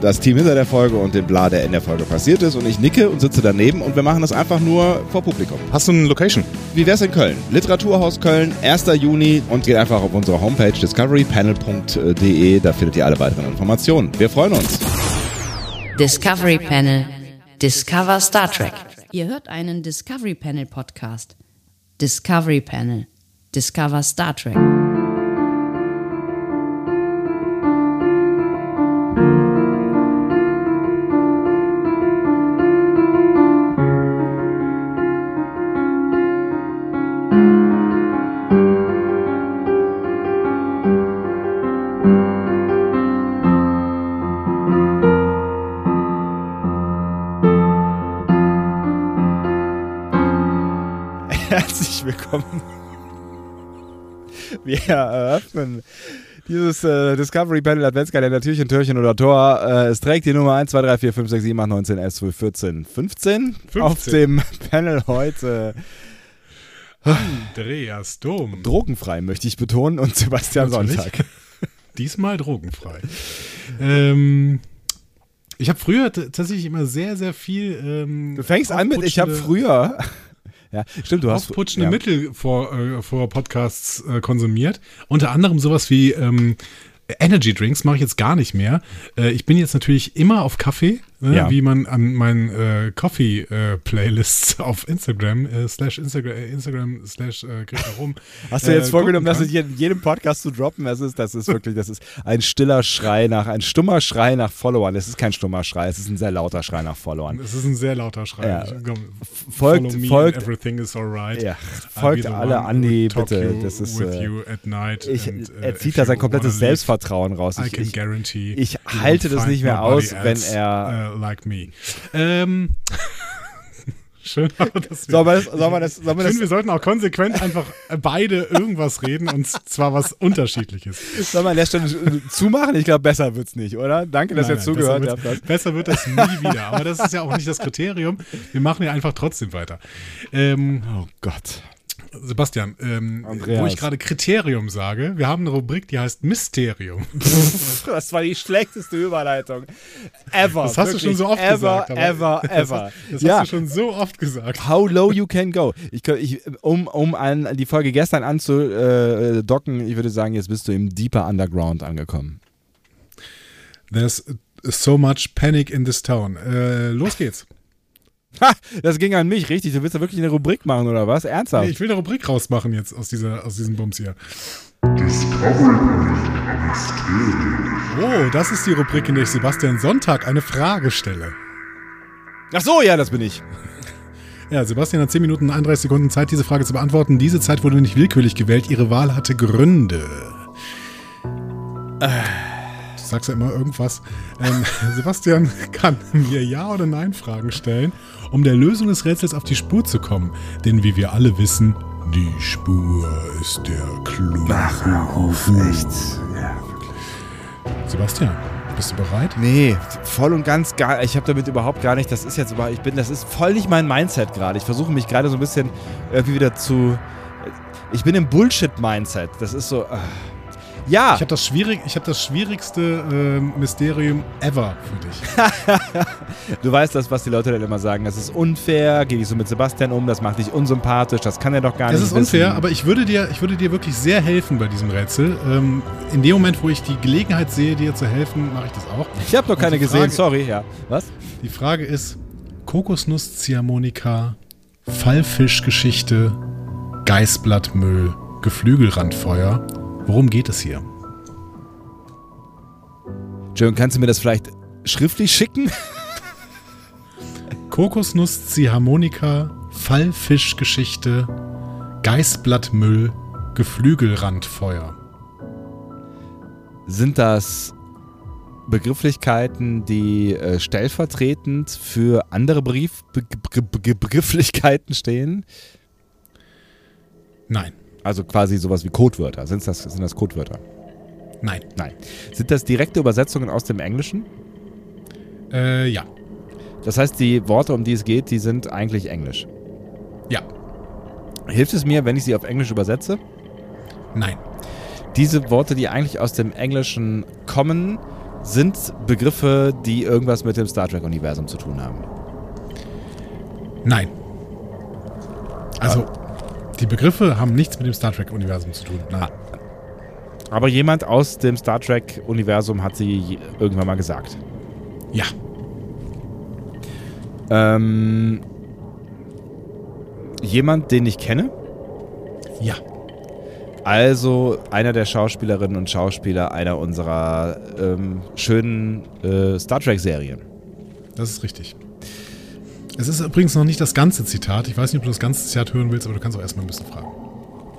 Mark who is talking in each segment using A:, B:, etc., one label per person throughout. A: das Team hinter der Folge und den Bla, der in der Folge passiert ist. Und ich nicke und sitze daneben und wir machen das einfach nur vor Publikum.
B: Hast du eine Location?
A: Wie wär's in Köln? Literaturhaus Köln, 1. Juni und geht einfach auf unsere Homepage discoverypanel.de. Da findet ihr alle weiteren Informationen. Wir freuen uns.
C: Discovery Panel. Discover Star Trek.
D: Ihr hört einen Discovery Panel Podcast. Discovery Panel. Discover Star Trek.
E: Herzlich willkommen. Wir eröffnen dieses äh, Discovery Panel Adventskalender Türchen, Türchen oder Tor. Äh, es trägt die Nummer 1, 2, 3, 4, 5, 6, 7, 8, 9, 10, 11, 12, 14, 15. Auf dem Panel heute
F: Andreas Dom.
E: drogenfrei, möchte ich betonen, und Sebastian
F: Natürlich.
E: Sonntag.
F: Diesmal drogenfrei. ähm, ich habe früher t- tatsächlich immer sehr, sehr viel. Ähm,
E: Du fängst an mit, ich habe
F: aufputschende-
E: früher. Ja, stimmt, du hast.
F: aufputschende
E: ja.
F: Mittel vor, äh, vor Podcasts äh, konsumiert. Unter anderem sowas wie ähm, Energy Drinks mache ich jetzt gar nicht mehr. Äh, ich bin jetzt natürlich immer auf Kaffee, ne,
E: Ja.
F: wie man an meinen äh, Coffee-Playlists auf Instagram, äh, slash Instagram, äh, Instagram, slash äh, Greta Rum.
E: Hast du jetzt
F: äh, gucken
E: vorgenommen, das in
F: kann.
E: jedem- jedem Podcast zu droppen? Das ist, das ist wirklich, das ist ein stiller Schrei nach, ein stummer Schrei nach Followern. Es ist kein stummer Schrei, es ist ein sehr lauter Schrei nach Followern.
F: Es ist ein sehr lauter Schrei.
E: Ja.
F: Ich- komm,
E: folgt-
F: follow me
E: folgt-
F: and everything is alright.
E: Ja,
F: I'll
E: folgt
F: be the
E: alle
F: one
E: Andi,
F: who talk
E: bitte.
F: you
E: Das ist,
F: With
E: äh,
F: you at night
E: Ich,
F: and, äh,
E: er zieht
F: if
E: da sein
F: you
E: komplettes
F: wanna leave,
E: Selbstvertrauen raus.
F: I
E: Ich,
F: can
E: ich,
F: guarantee.
E: ich
F: you won't
E: halte das
F: find
E: nicht mehr
F: nobody
E: aus, wenn
F: else,
E: er-
F: äh, like me. Ähm. Schön, aber dass wir,
E: Soll man das- soll man das- soll man
F: ich
E: das-
F: finde, wir sollten auch konsequent einfach beide irgendwas reden und zwar was Unterschiedliches.
E: soll man an der Stelle äh, zumachen? Ich glaube, besser wird's nicht, oder? Danke, dass
F: Nein, nein,
E: ihr
F: besser
E: zugehört
F: wird-
E: habt. Das-
F: Besser wird das nie wieder. Aber das ist ja auch nicht das Kriterium. Wir machen ja einfach trotzdem weiter. Ähm,
E: Oh Gott.
F: Sebastian, ähm,
E: Andreas.
F: wo ich gerade Kriterium sage, wir haben eine Rubrik, die heißt Mysterium.
E: Das war die schlechteste Überleitung ever.
F: Das hast du
E: wirklich.
F: schon so oft
E: ever,
F: gesagt, aber-
E: Ever, ever, ever.
F: Das
E: ja.
F: hast du schon so oft gesagt.
E: How low you can go. Ich, kö- ich, um um an die Folge gestern anzudocken, ich würde sagen, jetzt bist du im Deeper Underground angekommen.
F: There's so much panic in this town. Äh, los geht's.
E: Ha, das ging an mich, richtig. Du willst da wirklich eine Rubrik machen oder was? Ernsthaft?
F: Nee, ich will eine Rubrik rausmachen jetzt aus, dieser, aus diesem Bums hier. Oh, das ist die Rubrik, in der ich Sebastian Sonntag eine Frage stelle.
E: Ach so, ja, das bin ich.
F: Ja, Sebastian hat 10 Minuten und 31 Sekunden Zeit, diese Frage zu beantworten. Diese Zeit wurde nicht willkürlich gewählt. Ihre Wahl hatte Gründe. Ah. Du sagst ja immer irgendwas. Ähm, Sebastian kann mir Ja- oder Nein-Fragen stellen, um der Lösung des Rätsels auf die Spur zu kommen. Denn wie wir alle wissen, die Spur ist der Clou. Ach, auf nichts. Sebastian, bist du bereit?
E: Nee, voll und ganz gar. Ich habe damit überhaupt gar nicht. Das ist jetzt über. Ich bin. Das ist voll nicht mein Mindset gerade. Ich versuche mich gerade so ein bisschen irgendwie wieder zu. Ich bin im Bullshit-Mindset. Das ist so. ah. Ja.
F: Ich habe das, schwierig, ich hab das schwierigste ähm, Mysterium ever für dich.
E: Du weißt das, was die Leute dann immer sagen. Das ist unfair, geh dich so mit Sebastian um, das macht dich unsympathisch, das kann er doch gar
F: Es
E: nicht.
F: ist unfair,
E: wissen.
F: aber ich würde, dir, ich würde dir wirklich sehr helfen bei diesem Rätsel. Ähm, in dem Moment, wo ich die Gelegenheit sehe, dir zu helfen, mache ich das auch.
E: Ich habe noch keine
F: Und die Frage-
E: gesehen, sorry, ja. Was?
F: Die Frage ist: Kokosnuss, Ziehharmonika, Fallfischgeschichte, Geißblattmüll, Geflügelrandfeuer. Worum geht es hier?
E: Jürgen, kannst du mir das vielleicht schriftlich schicken?
F: Kokosnuss, Ziehharmonika, Fallfischgeschichte, Geißblattmüll, Geflügelrandfeuer.
E: Sind das Begrifflichkeiten, die äh, stellvertretend für andere Brief Be Be Be Begrifflichkeiten stehen?
F: Nein.
E: Also quasi sowas wie Codewörter. Sind das, sind das Codewörter?
F: Nein.
E: Nein. Sind das direkte Übersetzungen aus dem Englischen?
F: Äh, ja.
E: Das heißt, die Worte, um die es geht, die sind eigentlich Englisch.
F: Ja.
E: Hilft es mir, wenn ich sie auf Englisch übersetze?
F: Nein.
E: Diese Worte, die eigentlich aus dem Englischen kommen, sind Begriffe, die irgendwas mit dem Star Trek-Universum zu tun haben.
F: Nein. Also, die Begriffe haben nichts mit dem Star Trek-Universum zu tun. Nein.
E: Aber jemand aus dem Star Trek-Universum hat sie je- irgendwann mal gesagt.
F: Ja.
E: Ähm, jemand, den ich kenne?
F: Ja.
E: Also einer der Schauspielerinnen und Schauspieler einer unserer ähm, schönen äh, Star Trek-Serien.
F: Das ist richtig. Es ist übrigens noch nicht das ganze Zitat. Ich weiß nicht, ob du das ganze Zitat hören willst, aber du kannst auch erstmal ein bisschen fragen.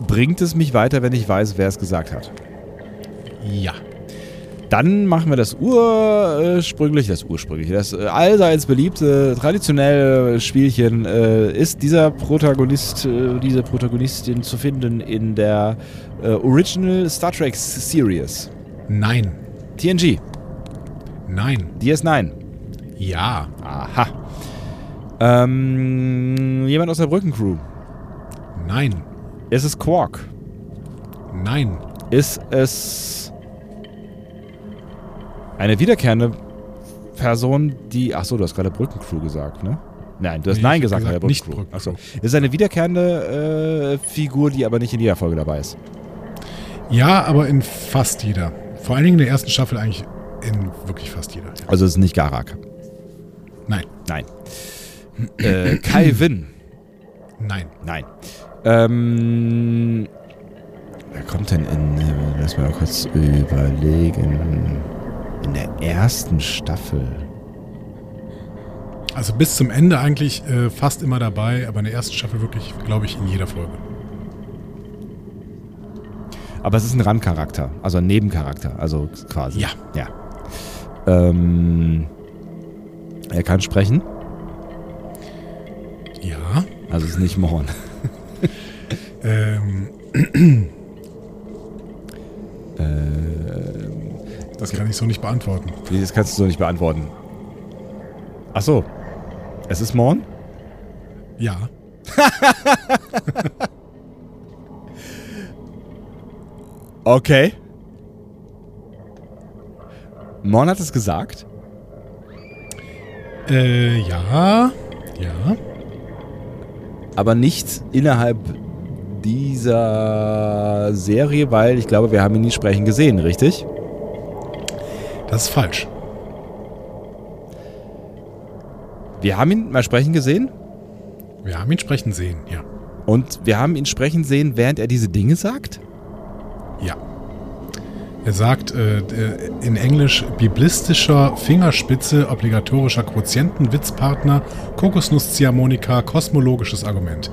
E: Bringt es mich weiter, wenn ich weiß, wer es gesagt hat?
F: Ja.
E: Dann machen wir das ursprüngliche, das ursprüngliche, das äh, allseits beliebte, traditionelle Spielchen. Äh, ist dieser Protagonist, äh, diese Protagonistin zu finden in der äh, Original Star Trek Series?
F: Nein.
E: TNG,
F: Nein.
E: DS9.
F: Ja.
E: Aha. Ähm, jemand aus der Brückencrew.
F: Nein.
E: Ist es Quark?
F: Nein.
E: Ist es eine wiederkehrende Person, die. Achso, du hast gerade Brückencrew gesagt, ne? Nein, du hast
F: Nee,
E: Nein
F: ich hab
E: gesagt, bei der
F: gesagt, nicht
E: Brückencrew.
F: Brückencrew.
E: Achso. Ist eine wiederkehrende äh, Figur, die aber nicht in jeder Folge dabei ist.
F: Ja, aber in fast jeder. Vor allen Dingen in der ersten Staffel eigentlich in wirklich fast jeder. Ja.
E: Also es ist nicht Garak.
F: Nein.
E: Nein. äh, Kai Winn.
F: Nein.
E: Nein. Ähm, wer kommt denn in. äh, Lass mal kurz überlegen. In der ersten Staffel.
F: Also bis zum Ende eigentlich äh, fast immer dabei, aber in der ersten Staffel wirklich, glaube ich, in jeder Folge.
E: Aber es ist ein Randcharakter, also ein Nebencharakter, also quasi.
F: Ja.
E: Ja. Ähm, er kann sprechen,
F: Ja.
E: also ist nicht Morn.
F: Ähm. Ähm. Das kann ich so nicht beantworten.
E: Nee, das kannst du so nicht beantworten. Ach so. Es ist Morn?
F: Ja.
E: Okay. Morn hat es gesagt?
F: Äh, ja. Ja.
E: aber nicht innerhalb dieser Serie, weil ich glaube, wir haben ihn nie sprechen gesehen, richtig?
F: Das ist falsch.
E: Wir haben ihn mal sprechen gesehen
F: Wir haben ihn sprechen sehen. Ja.
E: und wir haben ihn sprechen sehen, während er diese Dinge sagt.
F: Ja. Er sagt äh, d- in Englisch biblistischer Fingerspitze, obligatorischer Quotienten, Witzpartner, Kokosnuss-Ziehharmonika, kosmologisches Argument.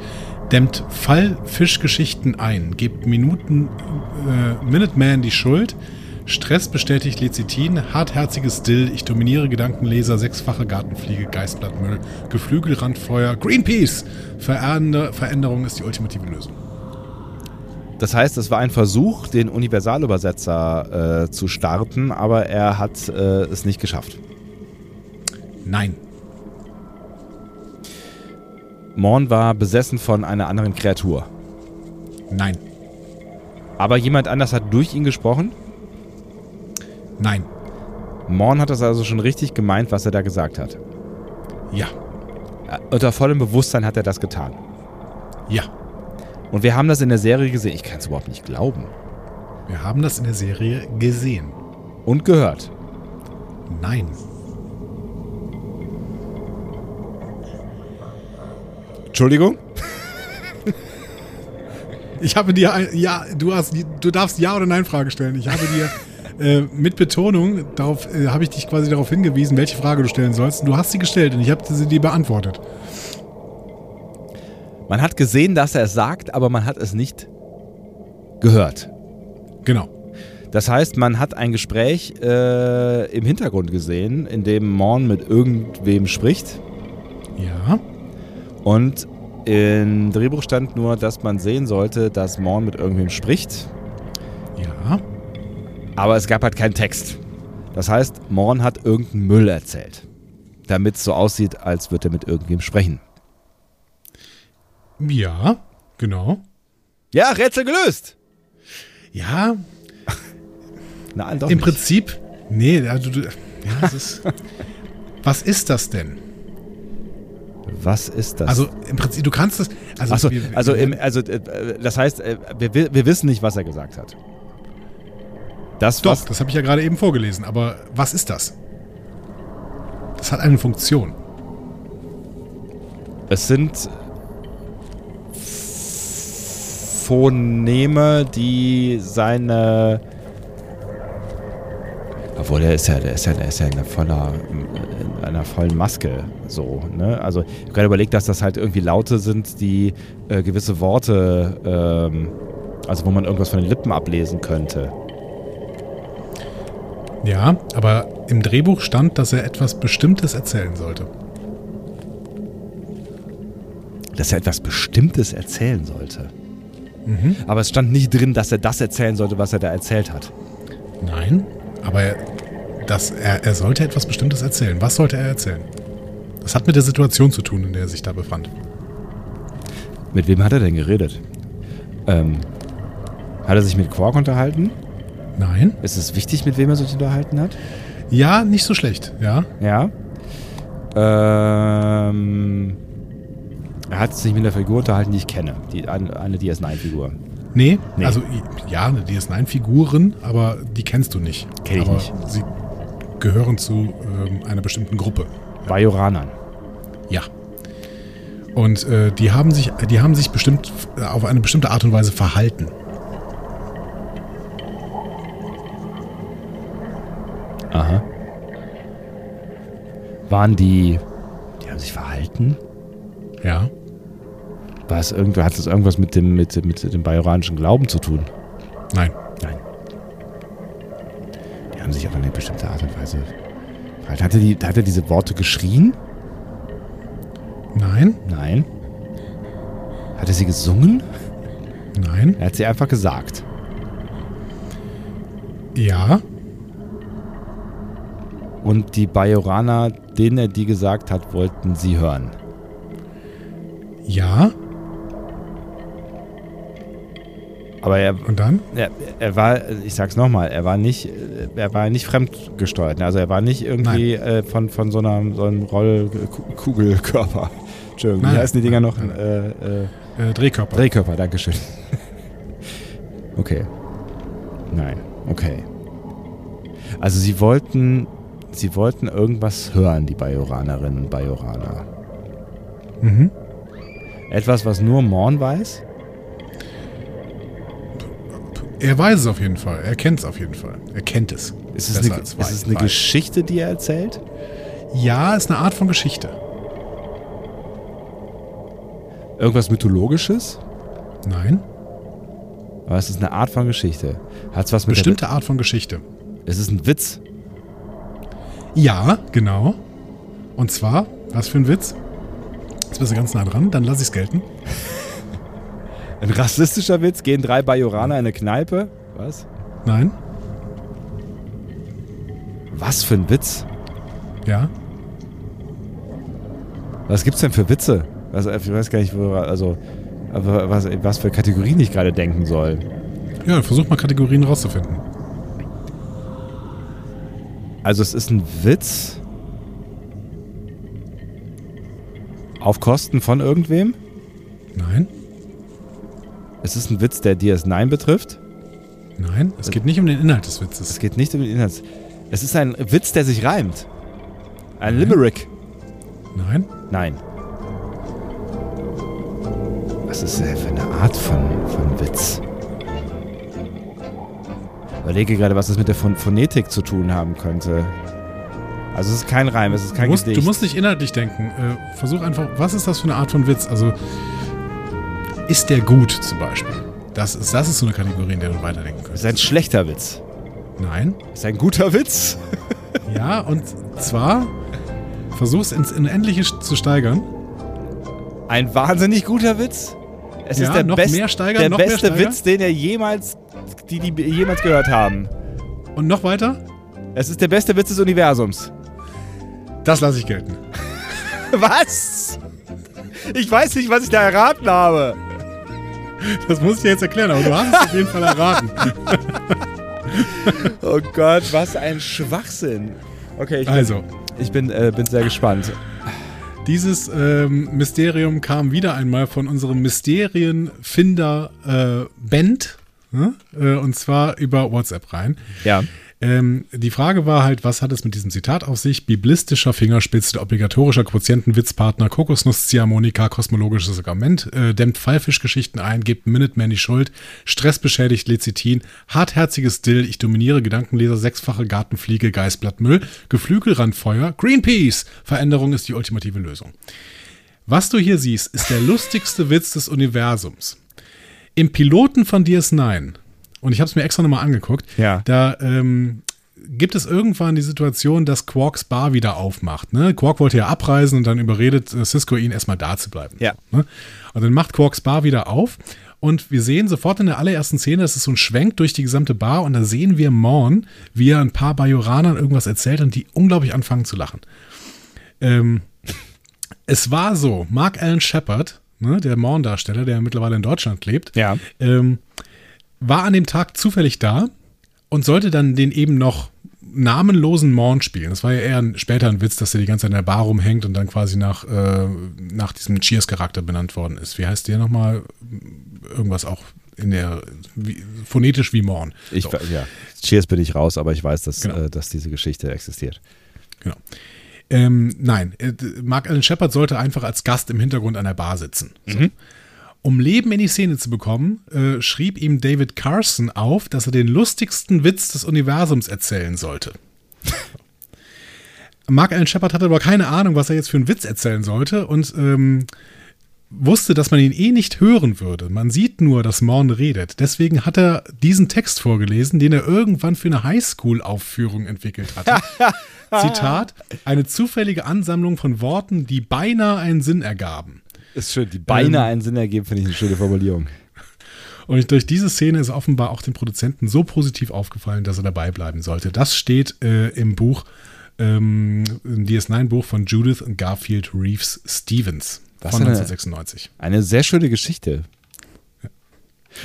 F: Dämmt Fallfischgeschichten ein, gibt Minuten äh, Minuteman die Schuld, Stress bestätigt Lecithin, hartherziges Dill, ich dominiere Gedankenleser, sechsfache Gartenfliege, Geistblattmüll, Geflügelrandfeuer, Greenpeace. Verander Veränderung ist die ultimative Lösung.
E: Das heißt, es war ein Versuch, den Universalübersetzer äh, zu starten, aber er hat äh, es nicht geschafft.
F: Nein.
E: Morn war besessen von einer anderen Kreatur.
F: Nein.
E: Aber jemand anders hat durch ihn gesprochen.
F: Nein.
E: Morn hat das also schon richtig gemeint, was er da gesagt hat.
F: Ja.
E: Äh, Unter vollem Bewusstsein hat er das getan.
F: Ja.
E: Und wir haben das in der Serie gesehen. Ich kann es überhaupt nicht glauben.
F: Wir haben das in der Serie gesehen.
E: Und gehört.
F: Nein.
E: Entschuldigung?
F: Ich habe dir ein, ja, du hast, du darfst ja oder nein Frage stellen. Ich habe dir äh, mit Betonung darauf äh, habe ich dich quasi darauf hingewiesen, welche Frage du stellen sollst. Und Du hast sie gestellt und ich habe sie dir beantwortet.
E: Man hat gesehen, dass er es sagt, aber man hat es nicht gehört.
F: Genau.
E: Das heißt, man hat ein Gespräch äh, im Hintergrund gesehen, in dem Morn mit irgendwem spricht
F: Ja.
E: und Im Drehbuch stand nur, dass man sehen sollte, dass Morn mit irgendwem spricht.
F: Ja.
E: Aber es gab halt keinen Text. Das heißt, Morn hat irgendeinen Müll erzählt. Damit es so aussieht, als würde er mit irgendwem sprechen.
F: Ja, genau.
E: Ja, Rätsel gelöst!
F: Ja,
E: Nein, doch
F: im
E: nicht.
F: Prinzip. Nee, also du. Ja, das ist. was ist das denn?
E: Was ist das?
F: Also im Prinzip, du kannst das. Also,
E: Achso,
F: wir-
E: also, im, also äh, das heißt, äh, wir, wi- wir wissen nicht, was er gesagt hat. Das,
F: Doch,
E: was,
F: das habe ich ja gerade eben vorgelesen, aber was ist das? Das hat eine Funktion.
E: es sind Phoneme, die seine. Obwohl, der ist ja, der ist ja, der ist ja in einer, voller, in einer vollen Maske so. Ne? Also, ich habe gerade überlegt, dass das halt irgendwie Laute sind, die äh, gewisse Worte, ähm, also wo man irgendwas von den Lippen ablesen könnte.
F: Ja, aber im Drehbuch stand, dass er etwas Bestimmtes erzählen sollte.
E: dass er etwas Bestimmtes erzählen sollte. Aber es stand nicht drin, dass er das erzählen sollte, was er da erzählt hat.
F: Nein, aber er, dass er, er sollte etwas Bestimmtes erzählen. Was sollte er erzählen? Das hat mit der Situation zu tun, in der er sich da befand.
E: Mit wem hat er denn geredet? Ähm, hat er sich mit Quark unterhalten?
F: Nein?
E: Ist es wichtig, mit wem er sich unterhalten hat?
F: Ja, nicht so schlecht, ja.
E: Ja. Ähm, er hat sich mit einer Figur unterhalten, die ich kenne. Die, eine, eine DS9-Figur.
F: Nee,
E: Nee.
F: also i- ja, eine DS9-Figuren, aber die kennst du nicht.
E: Kenn ich
F: aber
E: nicht.
F: Sie gehören zu ähm, einer bestimmten Gruppe.
E: Bei Joranan.
F: Ja. Und äh, die haben sich, die haben sich bestimmt f- auf eine bestimmte Art und Weise verhalten.
E: Aha. Waren die. Die haben sich verhalten?
F: Ja.
E: War es irgendwo, hat es irgendwas mit dem, mit, mit dem bajoranischen Glauben zu tun?
F: Nein.
E: Nein. Die haben sich auf eine bestimmte Art und Weise. verhalten. Hat er, die, hat er diese Worte geschrien?
F: Nein.
E: Nein. Hat er sie gesungen?
F: Nein.
E: Er hat sie einfach gesagt.
F: Ja.
E: Und die Bajoraner, denen er die gesagt hat, wollten sie hören.
F: Ja.
E: Aber er,
F: Und dann?
E: er, er war, ich sag's nochmal, er war nicht, äh, er war nicht fremdgesteuert. ne? Also er war nicht irgendwie äh, von, von so, einer, so einem Rollkugelkörper. Entschuldigung,
F: Nein.
E: wie heißen die Dinger noch?
F: Nein.
E: Äh, äh,
F: Äh, Drehkörper.
E: Drehkörper, Dankeschön. Okay. Nein, okay. Also sie wollten, sie wollten irgendwas hören, die Bajoranerinnen und Bajoraner.
F: mhm.
E: Etwas, was nur Morn weiß?
F: Er weiß es auf jeden Fall. Er kennt es auf jeden Fall. Er kennt es.
E: Ist es,
F: Besser
E: eine,
F: als
E: ist
F: weiß-
E: es eine
F: weiß.
E: Geschichte, die er erzählt?
F: Ja, ist eine Art von Geschichte.
E: Irgendwas Mythologisches?
F: Nein.
E: Aber es ist eine Art von Geschichte. Hat es was mit
F: Bestimmte Art von Geschichte.
E: Der, es ist ein Witz.
F: Ja, genau. Und zwar, was für ein Witz? Jetzt bist du ganz nah dran, dann lass ich's gelten.
E: Ein rassistischer Witz. Gehen drei Bajoraner in eine Kneipe. Was?
F: Nein?
E: Was für ein Witz?
F: Ja?
E: Was gibt's denn für Witze? Also, ich weiß gar nicht, wo, also aber was, was für Kategorien ich gerade denken soll.
F: Ja, versuch mal Kategorien rauszufinden.
E: Also es ist ein Witz auf Kosten von irgendwem.
F: Nein?
E: Es ist ein Witz, der DS9 betrifft.
F: Nein? Es geht nicht um den Inhalt des Witzes.
E: Es geht nicht um den Inhalt. Es ist ein Witz, der sich reimt. Ein Limerick.
F: Nein?
E: Nein. Was ist denn für eine Art von, von Witz? Überlege gerade, was das mit der Phon Phonetik zu tun haben könnte. Also es ist kein Reim, es ist
F: Du
E: kein
F: musst, du
E: Gedicht.
F: musst nicht inhaltlich denken. Äh, versuch einfach, was ist das für eine Art von Witz? Also, ist der gut zum Beispiel? Das ist, das ist so eine Kategorie, in der du weiterdenken
E: es
F: könntest.
E: ist ein schlechter Witz.
F: Nein?
E: Es ist ein guter Witz.
F: Ja, und zwar versuch's ins Unendliche zu steigern.
G: Ein wahnsinnig guter Witz. Es
F: Ja,
G: ist der,
F: noch
G: best,
F: mehr steigern,
G: der
F: noch mehr
G: beste
F: steigern.
G: Witz, den er jemals, die, die jemals gehört haben.
F: Und noch weiter?
G: Es ist der beste Witz des Universums.
F: Das lasse ich gelten.
G: Was? Ich weiß nicht, was ich da erraten habe.
F: Das muss ich dir jetzt erklären, aber du hast es auf jeden Fall erraten.
G: Oh Gott, was ein Schwachsinn. Okay, ich bin,
F: Also,
G: ich bin, äh, bin sehr gespannt.
F: dieses ähm, Mysterium kam wieder einmal von unserem Mysterienfinder äh, Band. Ne? Äh, und zwar über WhatsApp rein.
G: Ja.
F: Ähm, die Frage war halt, was hat es mit diesem Zitat auf sich? Biblistischer Fingerspitz, der obligatorischer Quotientenwitzpartner, Kokosnuss, Ziehharmonika, kosmologisches Sakrament, äh, dämmt Pfeilfischgeschichten ein, gibt Minuteman die Schuld, stressbeschädigt Lecithin, hartherziges Dill, ich dominiere Gedankenleser, sechsfache Gartenfliege, Geißblattmüll, Geflügelrandfeuer, Greenpeace, Veränderung ist die ultimative Lösung. Was du hier siehst, ist der lustigste Witz des Universums. Im Piloten von DS9, und ich habe es mir extra nochmal angeguckt,
G: Ja.
F: da ähm, gibt es irgendwann die Situation, dass Quarks Bar wieder aufmacht. Ne? Quark wollte ja abreisen und dann überredet äh, Cisco ihn erstmal da zu bleiben.
G: Ja.
F: Ne? Und dann macht Quarks Bar wieder auf und wir sehen sofort in der allerersten Szene, das ist so ein Schwenk durch die gesamte Bar und da sehen wir Morn, wie er ein paar Bajoranern irgendwas erzählt und die unglaublich anfangen zu lachen. Ähm, es war so, Mark Allen Shepard, ne, der Morn-Darsteller, der mittlerweile in Deutschland lebt,
G: Ja.
F: ähm, war an dem Tag zufällig da und sollte dann den eben noch namenlosen Morn spielen. Das war ja eher ein, später ein Witz, dass er die ganze Zeit in der Bar rumhängt und dann quasi nach, äh, nach diesem Cheers-Charakter benannt worden ist. Wie heißt der nochmal? Irgendwas auch in der, wie, phonetisch wie Morn.
E: Ich,
F: so.
E: ja. Cheers bin ich raus, aber ich weiß, dass,
F: Genau.
E: äh, dass diese Geschichte existiert.
F: Genau. Ähm, nein, äh, d- Mark Allen Shepard sollte einfach als Gast im Hintergrund an der Bar sitzen. So. Um Leben in die Szene zu bekommen, äh, schrieb ihm David Carson auf, dass er den lustigsten Witz des Universums erzählen sollte. Mark Allen Shepard hatte aber keine Ahnung, was er jetzt für einen Witz erzählen sollte und ähm, wusste, dass man ihn eh nicht hören würde. Man sieht nur, dass Morn redet. Deswegen hat er diesen Text vorgelesen, den er irgendwann für eine Highschool-Aufführung entwickelt hatte.
E: Ah.
F: Zitat, eine zufällige Ansammlung von Worten, die beinahe einen Sinn ergaben.
G: Ist schön, die
F: Beine
G: einen Sinn ergeben, finde ich eine schöne Formulierung.
F: Und durch diese Szene ist offenbar auch dem Produzenten so positiv aufgefallen, dass er dabei bleiben sollte. Das steht äh, im Buch, ähm, im DS9-Buch von Judith und Garfield Reeves Stevens
E: Das
F: von
E: ist eine-
F: 1996.
E: Eine sehr schöne Geschichte.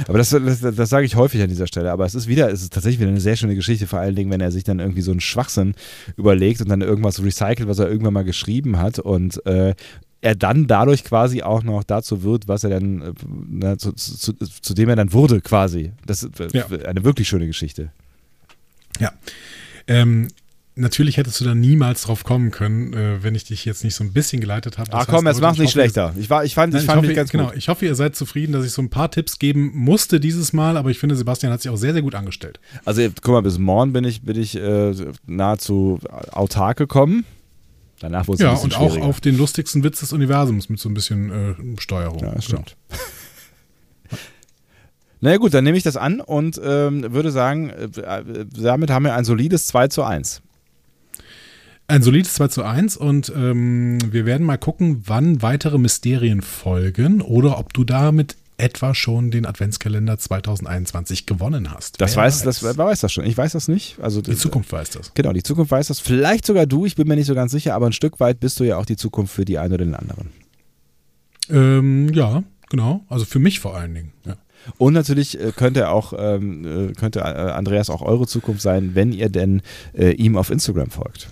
E: Aber das, das, das sage ich häufig an dieser Stelle. Aber es ist wieder, es ist tatsächlich wieder eine sehr schöne Geschichte, vor allen Dingen, wenn er sich dann irgendwie so einen Schwachsinn überlegt und dann irgendwas recycelt, was er irgendwann mal geschrieben hat und äh, er dann dadurch quasi auch noch dazu wird, was er dann, äh, na, zu, zu, zu, zu dem er dann wurde quasi. Das ist äh,
F: Ja.
E: eine wirklich schöne Geschichte.
F: Ja. Ähm, natürlich hättest du da niemals drauf kommen können, äh, wenn ich dich jetzt nicht so ein bisschen geleitet habe. Das
E: Ach Ah, komm,
F: heißt,
E: jetzt
F: Leute,
E: mach's
F: ich
E: nicht
F: hoffe, ihr-
E: schlechter. Ich, war, ich fand,
F: Nein,
E: ich fand
F: hoffe,
E: mich ganz
F: genau,
E: gut.
F: ich hoffe, ihr seid zufrieden, dass ich so ein paar Tipps geben musste dieses Mal, aber ich finde, Sebastian hat sich auch sehr, sehr gut angestellt.
E: Also guck mal, bis morgen bin ich, bin ich äh, nahezu autark gekommen. Danach wurde es
F: Ja,
E: ein bisschen
F: und auch
E: schwieriger.
F: auf den lustigsten Witz des Universums mit so ein bisschen äh, Steuerung. Genau.
E: Ja, das stimmt. Naja gut, dann nehme ich das an und ähm, würde sagen, äh, äh, damit haben wir ein solides 2 zu 1.
F: Ein solides 2 zu 1 und ähm, wir werden mal gucken, wann weitere Mysterien folgen oder ob du damit etwa schon den Adventskalender 2021 gewonnen hast.
E: Das
F: Wer
E: weiß, das wer weiß das schon. Ich weiß das nicht. Also
F: Die Zukunft weiß das.
E: Genau, die Zukunft weiß das. Vielleicht sogar du, ich bin mir nicht so ganz sicher, aber ein Stück weit bist du ja auch die Zukunft für die einen oder den anderen.
F: Ähm, ja, genau. Also für mich vor allen Dingen. Ja.
E: Und natürlich äh, könnte auch ähm, äh, könnte äh, Andreas auch eure Zukunft sein, wenn ihr denn äh, ihm auf Instagram folgt.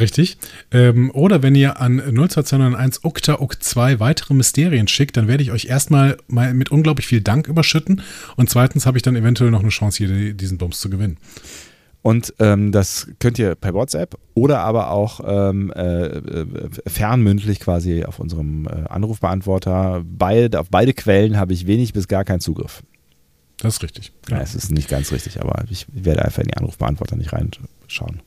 F: Richtig. Ähm, oder wenn ihr an 02201 ukta ukt 2 weitere Mysterien schickt, dann werde ich euch erstmal mal mit unglaublich viel Dank überschütten und zweitens habe ich dann eventuell noch eine Chance, hier die- diesen Bums zu gewinnen.
E: Und ähm, das könnt ihr per WhatsApp oder aber auch ähm, äh, äh, fernmündlich quasi auf unserem äh, Anrufbeantworter. Beide, auf beide Quellen habe ich wenig bis gar keinen Zugriff.
F: Das ist richtig.
E: Ja.
F: Genau.
E: es ist nicht ganz richtig, aber ich werde einfach in die Anrufbeantworter nicht reinschauen.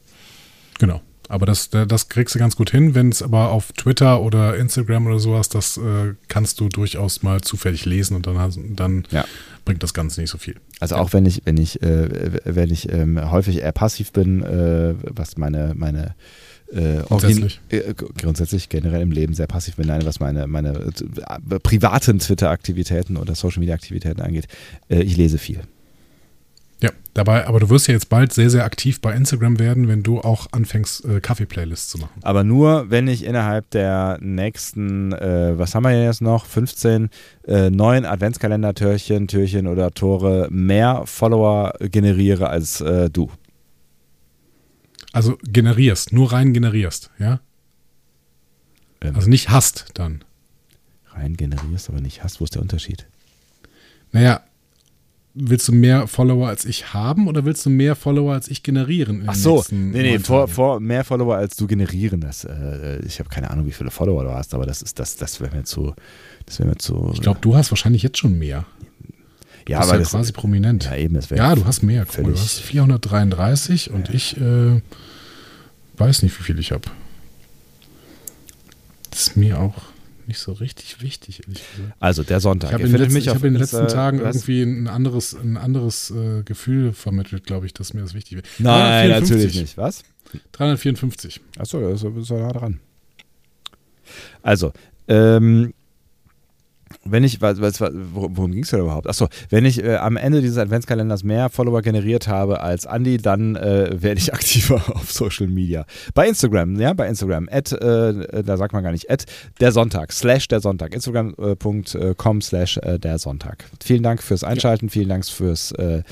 F: genau. Aber das, da- das kriegst du ganz gut hin. Wenn es aber auf Twitter oder Instagram oder sowas, das äh, kannst du durchaus mal zufällig lesen und dann, hast- dann
E: Ja.
F: bringt das Ganze nicht so viel.
E: Also auch wenn ich, wenn ich, äh, wenn ich ähm, häufig eher passiv bin, äh, was meine, meine äh, Origin-
F: Grundsätzlich.
E: äh, gr- grundsätzlich generell im Leben sehr passiv bin, nein, was meine, meine äh, privaten Twitter-Aktivitäten oder Social-Media-Aktivitäten angeht, äh, ich lese viel.
F: Ja, dabei, aber du wirst ja jetzt bald sehr, sehr aktiv bei Instagram werden, wenn du auch anfängst, äh, Kaffee-Playlists zu machen.
E: Aber nur, wenn ich innerhalb der nächsten, äh, was haben wir denn jetzt noch, 15, äh, neun Adventskalender-Türchen, Türchen oder Tore mehr Follower generiere als äh, du.
F: Also generierst, nur rein generierst, ja?
E: Ähm.
F: Also nicht hast dann.
E: Rein generierst, aber nicht hast. Wo ist der Unterschied?
F: Naja, willst du mehr Follower als ich haben oder willst du mehr Follower als ich generieren? in den
E: Ach so,
F: nächsten
E: nee, nee,
F: neun
E: vor,
F: Tagen?
E: vor mehr Follower als du generieren. Das, äh, ich habe keine Ahnung, wie viele Follower du hast, aber das ist das, das wäre mir zu, das wäre mir zu.
F: Ich glaube, du hast wahrscheinlich jetzt schon mehr.
E: ja,
F: bist
E: aber
F: ja
E: das,
F: quasi prominent.
E: Ja, eben, das wäre
F: Ja, du hast mehr. Cool. Du
E: völlig-
F: hast 433 und ich äh, weiß nicht, wie viel ich habe. Das ist mir auch nicht so richtig wichtig, ehrlich gesagt.
E: also der Sonntag.
F: Ich habe
E: Ihr
F: in, den
E: findet
F: letzten-
E: mich
F: ich
E: auf
F: hab in den
E: Insta-
F: letzten Tagen
E: du hast-
F: irgendwie ein anderes, ein anderes äh, Gefühl vermittelt, glaube ich, dass mir das wichtig wird.
E: Nein,
F: 354.
E: natürlich nicht. Was?
F: 354.
E: Achso, da ist er- ist er nah dran. Also, ähm, wenn ich, was, was, was- worum, worum ging es denn überhaupt? Achso, wenn ich äh, am Ende dieses Adventskalenders mehr Follower generiert habe als Andi, dann äh, werde ich aktiver auf Social Media. Bei Instagram, ja, bei Instagram, at, äh, da sagt man gar nicht, at der Sonntag, slash der Sonntag, instagram.com slash äh, der Sonntag. Vielen Dank fürs Einschalten, vielen Dank fürs äh,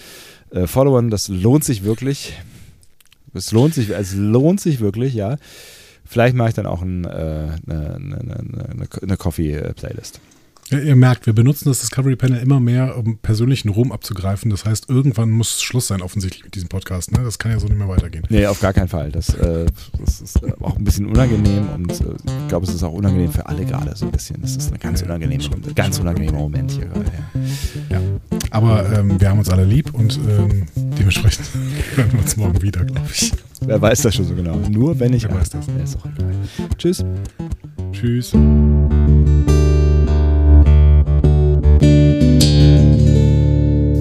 E: äh, Followern, das lohnt sich wirklich. Es lohnt sich, es lohnt sich wirklich, ja. Vielleicht mache ich dann auch ein, äh, eine, eine, eine, eine Coffee-Playlist.
F: Ja, ihr merkt, wir benutzen das Discovery Panel immer mehr, um persönlichen Ruhm abzugreifen. Das heißt, irgendwann muss Schluss sein, offensichtlich mit diesem Podcast. Ne? Das kann ja so nicht mehr weitergehen.
E: Nee, auf gar keinen Fall. Das, äh, das ist äh, auch ein bisschen unangenehm und äh, ich glaube, es ist auch unangenehm für alle gerade so ein bisschen. Das ist ein ganz unangenehmer, ganz unangenehmer Moment hier gerade. Ja.
F: Ja. Aber ähm, wir haben uns alle lieb und ähm, dementsprechend hören wir uns morgen wieder, glaube ich.
E: Wer weiß das schon so genau? Nur wenn ich.
F: Wer weiß das?
E: Ja, Ist auch egal. Tschüss.
F: Tschüss.